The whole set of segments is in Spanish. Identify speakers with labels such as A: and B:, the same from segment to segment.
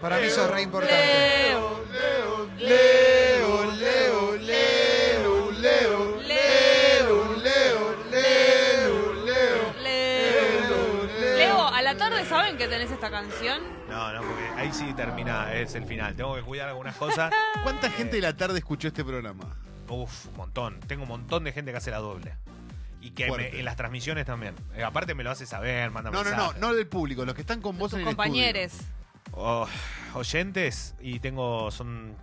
A: Para
B: Eh,
A: mí eso es re importante.
C: Leo,
D: Leo, Leo, Leo, Leo, Leo, Leo, Leo, Leo.
C: Leo. Leo, a la tarde saben que tenés esta canción.
B: No, no, porque ahí sí termina, es el final. Tengo que cuidar algunas cosas.
A: Eh.
D: ¿Cuánta gente de la tarde escuchó este programa?
B: Uf, un montón. Tengo un montón de gente que hace la doble. Y que
D: Fuerte.
B: me- en las transmisiones también. Eh, aparte me lo hace saber, manda
D: No, no, no,
B: mensajes.
D: no del público, los que están con vos
C: Tus
D: en el estudio.
C: compañeros.
B: Oh, oyentes, y tengo, son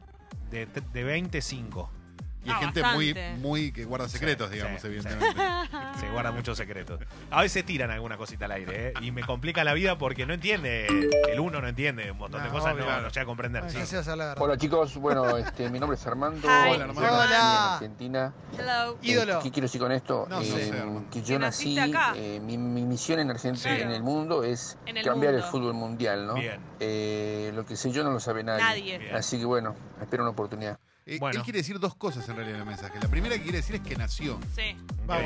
B: de, de 25.
D: Y hay
C: Ah,
D: gente muy,
C: bastante.
D: muy que guarda secretos,
B: Sí,
D: digamos,
B: sí,
D: evidentemente. Ah.
B: Se guarda muchos secretos. A veces tiran alguna cosita al aire, ¿eh? Y me complica la vida porque no entiende. El uno no entiende un montón de
A: No,
B: cosas,
A: obvio.
B: no, no llega a comprender.
A: Ay,
B: sí.
A: que seas a la verdad.
E: Hola chicos, bueno, este, mi nombre es Armando,
C: Hi.
E: soy
D: Hola,
E: de
D: Armando.
A: Hola.
E: Argentina.
C: Hello.
E: Eh,
A: Ídolo.
E: ¿Qué quiero decir con esto? Eh,
D: No, no sé, Armando.
E: que
C: Que
E: yo nací,
C: naciste acá.
E: eh, mi, mi misión en Argentina,
B: Sí.
E: en el mundo es
C: En el
E: cambiar
C: mundo.
E: el fútbol mundial, ¿no?
B: Bien.
E: Eh, lo que sé yo no lo sabe nadie.
C: Nadie.
B: Bien.
E: Así que bueno, espero una oportunidad.
D: Eh,
B: Bueno.
D: Él quiere decir dos cosas en realidad en el mensaje. La primera que quiere decir es que nació.
C: Sí.
D: Vamos,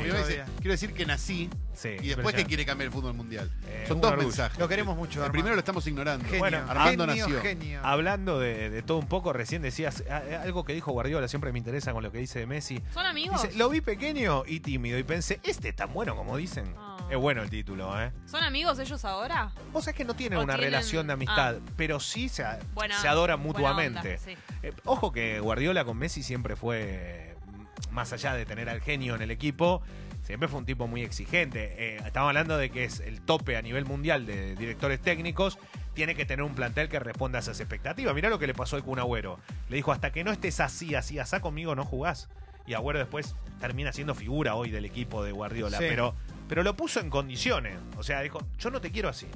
B: Increíble.
D: primero dice,
A: todavía.
D: quiero decir que nací
B: Sí,
D: y después que
B: impresionante.
D: quiere cambiar el fútbol mundial.
B: Eh,
D: Son
B: un
D: dos
B: orgullo.
D: mensajes.
A: Lo queremos mucho,
D: El
A: Armando.
D: primero lo estamos ignorando.
A: Genio.
B: Bueno,
D: Armando
A: genio,
D: nació.
A: genio.
B: Hablando de, de todo un poco, recién decías ah, algo que dijo Guardiola, siempre me interesa con lo que dice de Messi.
C: ¿Son amigos?
B: Dice, lo vi pequeño y tímido y pensé, este es tan bueno como dicen.
C: Ah.
B: Es bueno el título, ¿eh?
C: ¿Son amigos ellos ahora?
B: Vos sabés que no tienen
C: O
B: una
C: tienen- ah.
B: relación de amistad, pero sí se, a-
C: Buena-
B: se adoran
C: buena
B: mutuamente.
C: onda, sí.
B: Eh, ojo que Guardiola con Messi siempre fue, mm, más allá de tener al genio en el equipo, siempre fue un tipo muy exigente. Eh, estamos hablando de que es el tope a nivel mundial de directores técnicos. Tiene que tener un plantel que responda a esas expectativas. Mirá lo que le pasó al Kun Agüero. Le dijo, hasta que no estés así, así, asá conmigo no jugás. Y Agüero después termina siendo figura hoy del equipo de Guardiola.
A: Sí.
B: Pero, pero lo puso en condiciones. O sea, dijo, yo no te quiero así.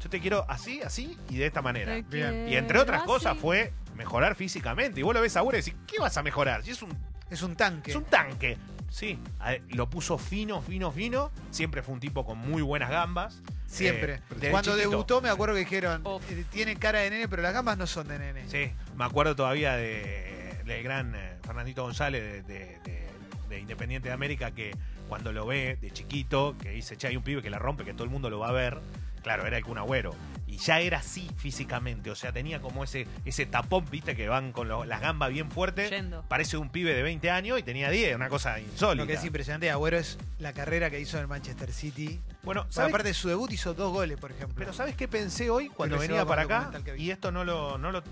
B: Yo te quiero así, así y de esta manera.
A: Bien.
B: Y entre otras
C: Ah,
B: cosas
C: sí.
B: fue mejorar físicamente. Y vos lo ves ahora y decís, ¿qué vas a mejorar? Si es un,
A: Es un tanque.
B: es un tanque. Sí, a- lo puso fino, fino, fino. Siempre fue un tipo con muy buenas gambas.
A: Siempre.
B: Eh, desde
A: Cuando
B: chiquito.
A: debutó me acuerdo que dijeron,
C: Uf.
A: eh, tiene cara de nene, pero las gambas no son de nene.
B: Sí, me acuerdo todavía de, del gran eh, Fernandito González de, de- de- de Independiente de América que cuando lo ve de chiquito, que dice, che, hay un pibe que la rompe, que todo el mundo lo va a ver. Claro, era el Kun Agüero. Y ya era así físicamente, o sea, tenía como ese, ese tapón, viste, que van con lo- las gambas bien fuertes.
C: Yendo.
B: Parece un pibe de 20 años y tenía 10, una cosa insólita.
A: Lo que es impresionante de Agüero es la carrera que hizo en el Manchester City.
B: Bueno,
A: O sea,
B: ¿sabés-
A: aparte de su debut hizo dos goles, por ejemplo.
B: Pero ¿sabes qué pensé hoy cuando
A: Creo que
B: venía
A: sea
B: para
A: algo
B: acá?
A: documental que vi.
B: Y esto no lo, no lo...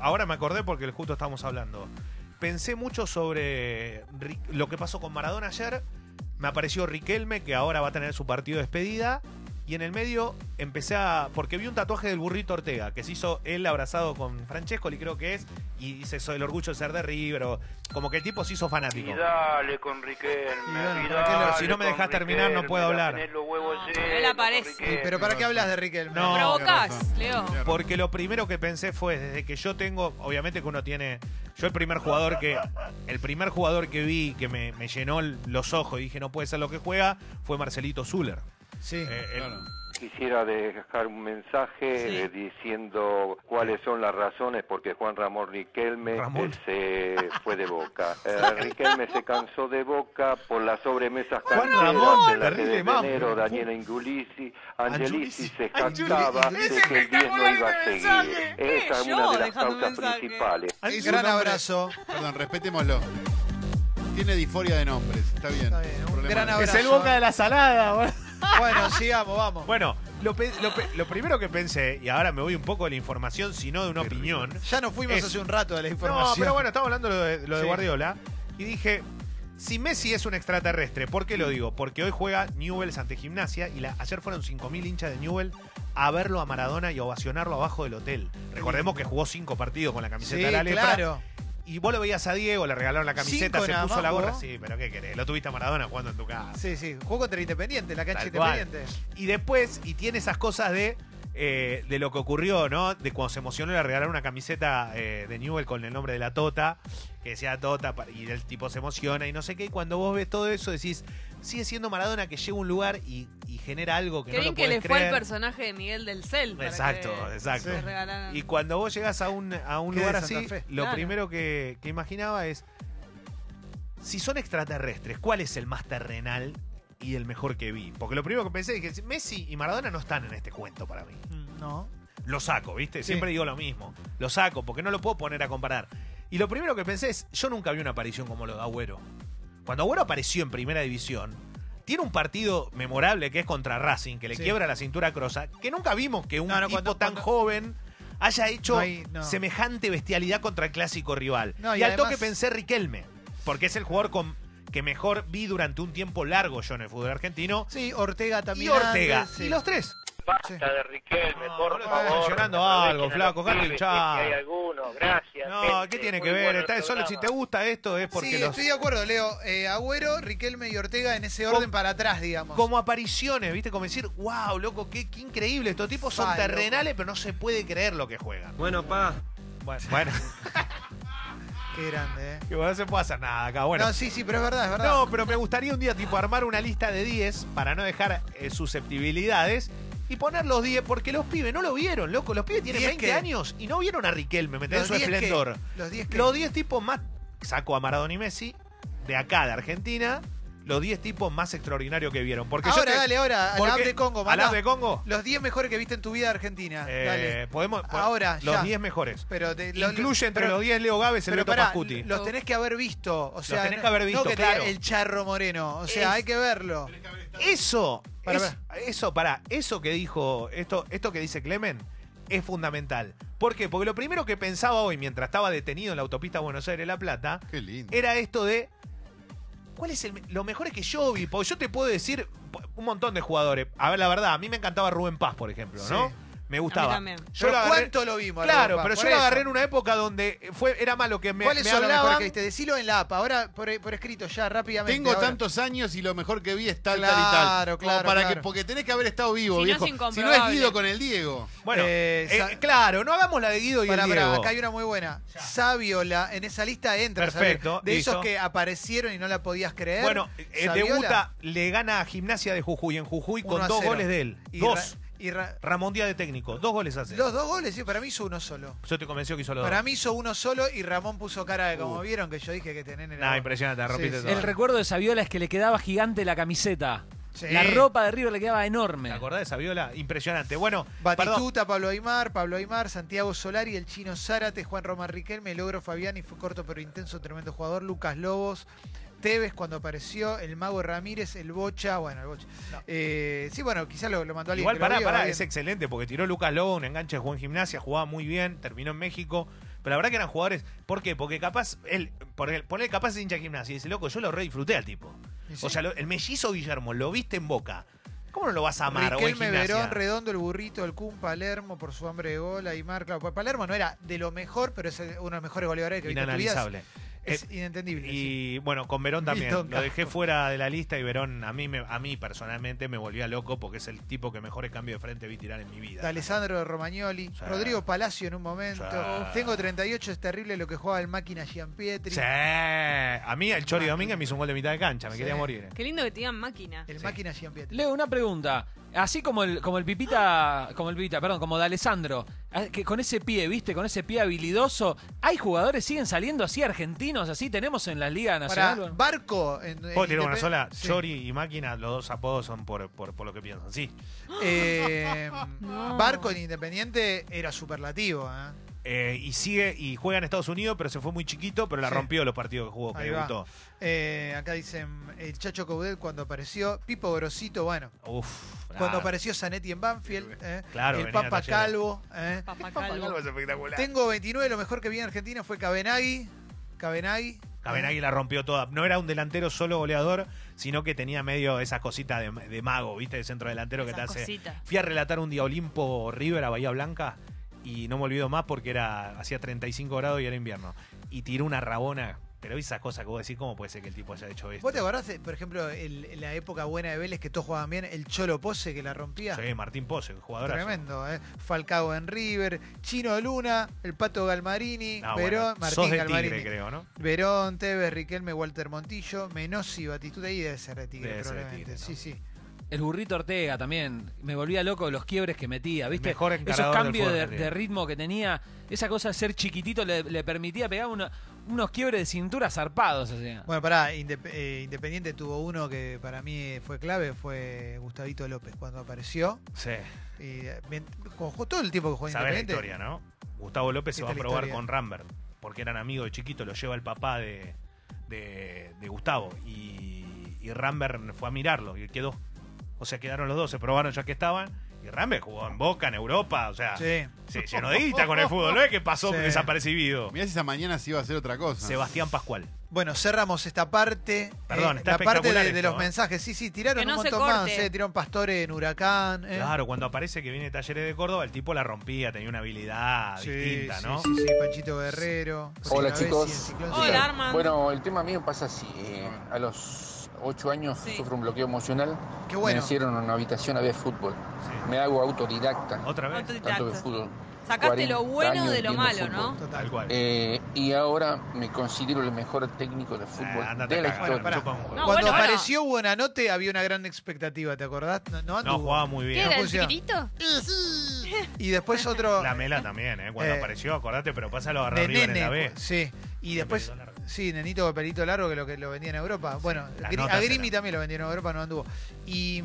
B: Ahora me acordé porque justo estamos hablando. Pensé mucho sobre Ri- lo que pasó con Maradona ayer. Me apareció Riquelme, que ahora va a tener su partido de despedida. Y en el medio empecé a... Porque vi un tatuaje del burrito Ortega, que se hizo él abrazado con Francescoli, creo que es. Y dice, soy el orgullo de ser de River. o- como que el tipo se hizo fanático.
F: Y dale con
A: Y
F: Riquelme.
A: bueno,
F: y
A: ¿para qué lo-
F: dale
B: si no me
F: con
B: dejas terminar, no
F: Riquelme,
B: puedo
F: la
B: hablar.
F: tenés los huevos
C: No,
F: llenos
C: él
F: con
C: aparece.
A: Sí,
F: Riquelme.
A: pero ¿para qué hablas de Riquelme?
B: No.
D: Tiene
C: Provocás,
D: razón.
C: Leo.
D: Tiene razón.
B: Porque lo primero que pensé fue, desde que yo tengo, obviamente que uno tiene, yo el primer jugador que, el primer jugador que vi que me, me llenó el- los ojos y dije no puede ser lo que juega, fue Marcelito Zuller.
A: Sí.
B: Eh, el-
D: Claro.
F: Quisiera dejar un mensaje
C: Sí.
F: eh, diciendo cuáles son las razones porque Juan Ramón Riquelme
B: Ramón.
F: eh, se fue de Boca. Eh, Riquelme se cansó de Boca por las sobremesas
B: Juan
F: cancheras
B: Ramón,
F: en las que
B: terrible
F: de
B: mambo.
F: enero Daniela Ingulisi, Angelisi
B: Angiolisi.
F: se
B: Angiolisi.
F: jactaba de
C: Es
F: que el 10 no
C: espectacular
F: iba a
C: este
F: seguir.
C: mensaje.
F: Esa es
C: Yo
F: una de las
C: dejando un
F: causas
C: mensaje.
F: principales.
A: Un
D: Es
A: gran
D: un hombre-
A: abrazo.
D: Perdón, respetémoslo. Tiene disforia de nombres. Está bien.
A: Está bien,
D: no hay
A: un
D: problema.
A: gran abrazo.
B: Es el boca de la salada. boludo.
A: Bueno, sigamos, vamos.
B: Bueno, lo, pe- lo pe- lo primero que pensé, y ahora me voy un poco de la información, sino de una opinión.
A: ya nos fuimos
B: es-
A: hace un rato de la información.
B: No, pero bueno, estamos hablando lo de, lo de
A: Sí.
B: Guardiola. Y dije, si Messi es un extraterrestre, ¿por qué lo digo? Porque hoy juega Newell's ante Gimnasia y la- ayer fueron 5.000 hinchas de Newell a verlo a Maradona y a ovacionarlo abajo del hotel. Recordemos que jugó cinco partidos con la
A: Sí,
B: camiseta de la lepra.
A: claro.
B: Y vos lo veías a Diego, le regalaron la camiseta,
A: Cinco
B: se
A: nada
B: puso
A: más
B: la gorra.
A: jugó.
B: Sí, pero ¿qué querés? Lo tuviste a Maradona jugando en tu casa.
A: Sí, sí. Jugó contra Independiente, la cancha
B: Tal cual.
A: Independiente.
B: Y después, y tiene esas cosas de, eh, de lo que ocurrió, ¿no? De cuando se emocionó le regalaron una camiseta eh, de Newell con el nombre de la Tota, que decía Tota, pa- y el tipo se emociona y no sé qué. Y cuando vos ves todo eso decís, sigue siendo Maradona que llega a un lugar y, y genera algo que
C: Qué
B: no
C: bien
B: lo
C: que le
B: podés
C: fue el
B: creer.
C: personaje de Miguel del Cel. para
B: Exacto,
C: que
B: exacto.
C: le regalaran.
B: Y cuando vos llegás a un, a un
A: ¿Qué
B: lugar
A: de Santa
B: así,
A: Fe?
B: lo
C: Ah. Claro.
B: primero que, que imaginaba es, si son extraterrestres, ¿cuál es el más terrenal y el mejor que vi? Porque lo primero que pensé es que Messi y Maradona no están en este cuento para mí.
A: Mm, No.
B: lo saco, ¿viste?
A: Sí.
B: Siempre digo lo mismo. Lo saco porque no lo puedo poner a comparar. Y lo primero que pensé es, yo nunca vi una aparición como lo de Agüero. Cuando Agüero apareció en Primera División, tiene un partido memorable que es contra Racing, que le
A: Sí.
B: quiebra la cintura a Crosa, que nunca vimos que un
A: No, no,
B: tipo
A: cuando-
B: tan
A: cuando-
B: joven haya hecho
A: No hay- no.
B: semejante bestialidad contra el clásico rival.
A: No,
B: y,
A: y
B: al
A: además-
B: toque pensé Riquelme, porque es el jugador con, que mejor vi durante un tiempo largo yo en el fútbol argentino.
A: Sí, Ortega
B: Y
A: también.
B: Ortega.
A: antes, sí.
B: Y los tres.
A: Sí.
G: Basta de Riquelme,
B: No,
G: por
B: boludo,
G: favor.
B: estás mencionando
G: Aprovechen
B: algo,
G: a los
B: flaco,
G: pibes,
B: Carlos, chao.
G: que Hay algunos, gracias.
B: No,
G: gente,
B: ¿qué tiene
G: muy
B: que ver?
G: bueno
B: Está
G: el
B: solo si te
G: programa.
B: gusta esto es porque
A: sí,
B: los
A: estoy de acuerdo, Leo. Eh, Agüero, Riquelme y Ortega en ese orden
B: Com-
A: para atrás, digamos.
B: como apariciones, ¿viste? Como decir, wow, loco, qué, qué increíble. Estos tipos son
A: Ay, loco.
B: terrenales, pero no se puede creer lo que juegan.
H: Bueno, pa.
B: Bueno, bueno,
A: Qué grande, ¿eh?
B: que bueno, no se puede hacer nada acá. Bueno,
A: No, sí, sí, pero es verdad, es verdad.
B: No, pero me gustaría un día tipo armar una lista de 10 para no dejar eh, susceptibilidades y poner los 10 porque los pibes no lo vieron, loco. Los pibes tienen
A: 10
B: 20
A: que-
B: años y no vieron a Riquelme, ¿me entendés?
A: los
B: Su
A: 10 que-
B: esplendor.
A: Los 10 que.
B: Los 10 tipos más, saco a Maradona y Messi, de acá, de Argentina, los 10 tipos más extraordinarios que vieron. Porque yo
A: ahora,
B: te-
A: dale, ahora. Al
B: porque-
A: app de Congo,
B: ¿Al
A: mandá.
B: app de Congo?
A: Los 10 mejores que viste en tu vida de Argentina.
B: Eh,
A: dale.
B: podemos, po-
A: Ahora,
B: los
A: ya.
B: 10 mejores.
A: Pero te, lo-
B: Incluye entre
A: pero-
B: los 10 Leo Gávez, el
A: Pero
B: Beto
A: pará,
B: Pascuti.
A: los tenés que haber visto. O sea,
B: tenés
A: no-
B: que haber visto,
A: no te
B: claro.
A: diga el charro moreno. O sea,
B: Es-
A: hay que verlo.
B: Eso,
A: Para,
B: es- eso, para, eso que dijo, esto, esto que dice Clemen es fundamental. ¿Por qué? Porque lo primero que pensaba hoy, mientras estaba detenido en la autopista Buenos Aires-La Plata,
D: Qué lindo.
B: era esto de. ¿Cuál es el, me- lo mejor es que yo vi? Porque yo te puedo decir po- un montón de jugadores. A ver, la verdad, a mí me encantaba Rubén Paz, por ejemplo, ¿no?
A: Sí.
B: Me gustaba.
C: A mí también.
B: Yo
A: Pero
B: lo agarré-
A: ¿Cuánto lo vimos?
B: claro,
A: Rafa?
B: pero yo
A: Por
B: lo
A: eso.
B: agarré en una época donde fue, era malo que me,
A: ¿Cuál
B: me
A: es lo mejor
B: hablaban.
A: que viste? Decilo en la APA. Ahora por, por escrito, ya rápidamente.
D: Tengo
A: ahora.
D: tantos años y lo mejor que vi es tal, tal y tal.
A: Claro,
D: Como
A: claro,
D: para
A: claro.
D: Que, porque tenés que haber estado vivo,
C: Si no es
D: viejo. si no es
C: incomprobable.
D: Guido con el Diego.
B: Bueno,
A: Eh,
B: eh,
A: sa-
B: claro, no hagamos la de Guido y
A: Pará,
B: el
A: pará,
B: Diego.
A: acá hay una muy buena. Saviola, en esa lista entra.
B: Perfecto,
A: Saviola. De
B: listo.
A: esos que aparecieron y no la podías creer.
B: Bueno, eh,
A: Saviola,
B: debuta, le gana a Gimnasia de Jujuy en Jujuy
A: 1
B: con
A: a
B: dos
A: 0.
B: goles de él.
A: Y
B: dos.
A: Ra- y Ra-
B: Ramón Díaz de técnico. Dos goles hace.
A: los dos goles, sí, para mí hizo uno solo.
B: Yo te convenció que hizo los
A: Para
B: dos.
A: mí hizo uno solo y Ramón puso cara de como vieron que yo dije que tenés en
B: Nah, impresionante, rompiste
A: Sí, sí.
B: todo.
H: El recuerdo de Saviola es que le quedaba gigante la camiseta.
A: Sí.
H: La ropa de River le quedaba enorme.
B: ¿Te acordás de esa viola? Impresionante. Bueno, perdón.
A: Batistuta, Pablo Aymar, Pablo Aymar, Santiago Solari, el chino Zárate, Juan Román Riquelme, Logro Fabiani, fue corto pero intenso, tremendo jugador, Lucas Lobos, Tevez cuando apareció, el Mago Ramírez, el Bocha, bueno, el Bocha. Eh, sí, bueno, quizás lo, lo mandó alguien.
B: Igual,
A: que lo
B: pará,
A: vio,
B: pará,
A: alguien.
B: es excelente porque tiró Lucas Lobo un enganche, jugó en gimnasia, jugaba muy bien, terminó en México. Pero la verdad que eran jugadores. ¿Por qué? Porque capaz, él, por el, poner capaz es hincha de gimnasia y dice, loco, yo lo re disfruté al tipo.
A: Y sí.
B: O sea, lo- el mellizo Guillermo, lo viste en boca. ¿Cómo no lo vas a amar? o en
A: Riquelme,
B: gimnasia?
A: Verón, Redondo, el Burrito, el Kun, Palermo por su hambre de gol, Aymar, claro, pues Palermo no era de lo mejor, pero es uno de los mejores goleadores que viste en tu vida.
B: Inanalizable.
A: Es,
B: Eh,
A: es inentendible. sí.
B: Y bueno, con Verón también.
A: Milton
B: Lo dejé
A: Casco.
B: fuera de la lista y Verón a mí, me- a mí personalmente me volvía loco porque es el tipo que mejores cambio de frente vi tirar en mi vida.
A: De Alessandro Romagnoli,
B: Sí.
A: Rodrigo Palacio en un momento.
B: Sí.
A: Tengo 38, es terrible lo que jugaba el máquina Gianpietri.
B: Sí. A mí el Chori Domínguez me hizo un gol de mitad de cancha, me
A: Sí.
B: quería morir.
C: Qué lindo que te digan máquina.
A: El
B: Sí.
A: máquina Gianpietri.
H: Leo, una pregunta. Así como el, como el Pipita, como el Pipita, perdón, como de Alessandro, que con ese pie, ¿viste? Con ese pie habilidoso, hay jugadores siguen saliendo así argentinos, así tenemos en la Liga
A: Para
H: Nacional. bueno.
A: Barco. En,
B: ¿Puedo
A: en
B: tirar una
A: Independ-
B: sola?
A: Sí.
B: Chori y Máquina, los dos apodos son por, por, por lo que piensan. Sí.
A: Eh,
C: No.
A: Barco en Independiente era superlativo. ¿eh?
B: Eh, y sigue y juega en Estados Unidos, pero se fue muy chiquito, pero la
A: Sí.
B: rompió los partidos que jugó, que
A: Ahí va.
B: debutó.
A: Eh, acá dicen el Chacho Caudel cuando apareció. Pipo Grosito, bueno.
B: Uf.
A: Cuando
B: nada.
A: apareció Zanetti en Banfield. ¿eh?
B: Claro,
A: el
B: venía
A: Papa
B: a Talleres.
A: Calvo. ¿eh?
C: Papá Calvo.
B: Es espectacular.
A: Tengo 29, lo mejor que vi en Argentina fue Cabenagui. Cabenagui.
B: Cabenagui la rompió toda. No era un delantero solo goleador, sino que tenía medio esas cositas de, de mago, ¿viste? De centro delantero que te
C: Esas
B: hace.
C: cositas.
B: Fui a relatar un día Olimpo River a Bahía Blanca y no me olvido más porque era hacía 35 grados y era invierno. Y tiró una rabona. Pero esas cosas que vos decís, ¿cómo puede ser que el tipo haya hecho esto?
A: ¿Vos te acordás, de, por ejemplo, el- la época buena de Vélez que todos jugaban bien? El Cholo Pose que la rompía.
B: Sí, Martín Pose, jugador.
A: Tremendo, ¿eh? Falcao en River, Chino Luna, el Pato Galmarini, Verón,
B: sos
A: Martín
B: de
A: Galmarini.
B: Tigre, creo, ¿no?
A: Verón, Tevez, Riquelme, Walter Montillo, Menossi, Batistuta, ahí debe ser de Tigre,
B: Debe ser de
A: probablemente.
B: Tigre, ¿no?
A: Sí, sí.
H: El burrito Ortega también. Me volvía loco los quiebres que metía, Ah, ¿viste?
B: mejor encarador
H: Esos
B: del
H: cambios
B: fútbol
H: de,
B: argentino.
H: de ritmo que tenía. Esa cosa de ser chiquitito le, le permitía pegar una, unos quiebres de cintura zarpados. O sea.
A: Bueno, pará, Indep- eh, Independiente tuvo uno que para mí fue clave, fue Gustavito López cuando apareció.
B: Sí.
A: Y, eh, bien, como jugó todo el tiempo que jugó
B: Sabés la
A: Pues Independiente.
B: historia, ¿no? Gustavo López se
A: Esta
B: va a
A: es la
B: probar
A: historia.
B: con Rambert, porque eran amigos de chiquito, lo lleva el papá de, de- de Gustavo. Y, y Rambert fue a mirarlo y quedó. O sea, quedaron los dos, se probaron ya que estaban. Y Rambert jugó en Boca, en Europa, o sea,
A: Sí.
B: se llenó de guita con el fútbol, ¿no? es que pasó
A: Sí.
B: desaparecido.
D: Mirá si esa mañana se iba a hacer otra cosa.
B: Sebastián Pascual.
A: Bueno, cerramos esta parte.
B: Perdón, está
A: La parte
B: espectacular
A: de, de
B: esto,
A: los
B: ¿eh?
A: mensajes. Sí, sí, tiraron
C: Que no
A: un
C: se
A: montón más.
C: corte.
A: eh, Tiraron Pastore en Huracán. eh.
B: Claro, cuando aparece que viene Talleres de Córdoba, el tipo la rompía, tenía una habilidad
A: Sí,
B: ah, distinta,
A: sí,
B: ¿no?
A: Sí, sí, Panchito Guerrero.
E: Hola,
A: José
E: chicos.
A: Gravesi, en Ciclón.
C: Hola,
A: Sí.
C: Armand.
E: Bueno, el tema mío pasa así. eh, a los ocho años
C: Sí.
E: sufro un bloqueo emocional.
A: Qué bueno.
E: Me hicieron una habitación a ver fútbol.
B: Sí.
E: Me hago autodidacta.
B: Otra vez,
E: tanto que
C: Autodidacta.
E: fútbol.
C: Sacaste lo
E: 40
C: bueno
E: años
C: de lo
E: viendo
C: malo,
E: fútbol.
C: ¿no?
A: Total.
B: tal cual.
E: Eh, y ahora me considero el mejor técnico de fútbol
B: Ah, andate
E: de la
B: a cagar,
E: historia.
A: pará.
B: chupa un huevo.
C: No,
A: Cuando
C: bueno, bueno.
A: apareció Buenanote había una gran expectativa, ¿te acordás? No, no
B: No
A: anduvo.
B: jugaba muy
I: ¿Qué
B: bien.
I: era, el
A: funciona.
I: chiquitito?
A: Y después otro.
B: La mela también, ¿eh? Cuando
A: Eh,
B: apareció, acordate, pero pasa lo agarró
A: de
B: River en la
A: nene.
B: B.
A: pues, Sí. Y después.
B: pelito largo.
A: Sí, nenito de pelito largo que lo que lo vendían en Europa. Bueno,
B: las
A: Gri- a
B: notas
A: Grimi
B: eran.
A: también lo vendieron en Europa, no anduvo. Y. mm, y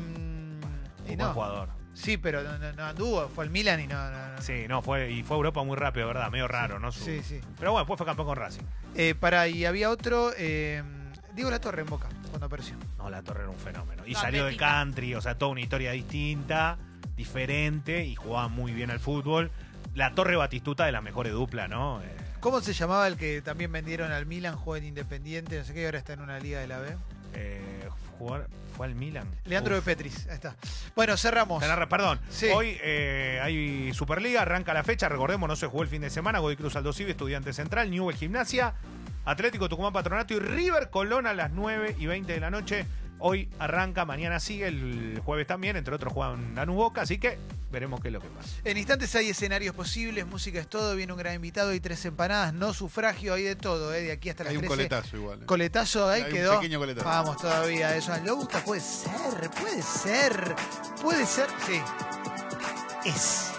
B: Un buen
A: no.
B: jugador.
A: Sí, pero no, no- no anduvo. Fue al Milan y no. no- no-
B: Sí, no, fue, y fue a Europa muy rápido, ¿verdad? Medio raro, ¿no? Su-
A: Sí, sí.
B: Pero bueno, después fue campeón con Racing.
A: Eh, pará, y había otro. eh, Diego La Torre en Boca, cuando apareció.
B: No, la torre era un fenómeno. Y
C: La
B: salió de
C: Atlética.
B: country, o sea, toda una historia distinta, diferente, y jugaba muy bien al fútbol. La torre Batistuta de las mejores duplas, ¿no? Eh,
A: ¿Cómo se llamaba el que también vendieron al Milan, joven independiente, no sé qué, y ahora está en una liga de la B?
B: eh, jugar- fue al Milan.
A: Leandro
B: Uf.
A: de Petris, ahí está. Bueno, cerramos.
B: Tenés ra- Perdón,
A: Sí.
B: hoy eh, hay Superliga, arranca la fecha, recordemos, no se jugó el fin de semana, Godoy Cruz Aldo Civi, Estudiante Central, Newell Gimnasia, Atlético Tucumán Patronato y River Colón a las 9 y 20 de la noche. Hoy arranca, mañana sigue, el jueves también, entre otros juegan Lanús Boca, así que veremos qué es lo que pasa.
A: En instantes hay escenarios posibles, música es todo, viene un gran invitado, hay tres empanadas, no sufragio, hay de todo, ¿eh? de aquí hasta las
D: Hay un
A: 13.
D: coletazo igual. eh.
A: Coletazo ahí
D: Hay un
A: quedó.
D: pequeño coletazo.
A: Vamos todavía, eso lo gusta, puede ser, puede ser, puede ser, sí. Es.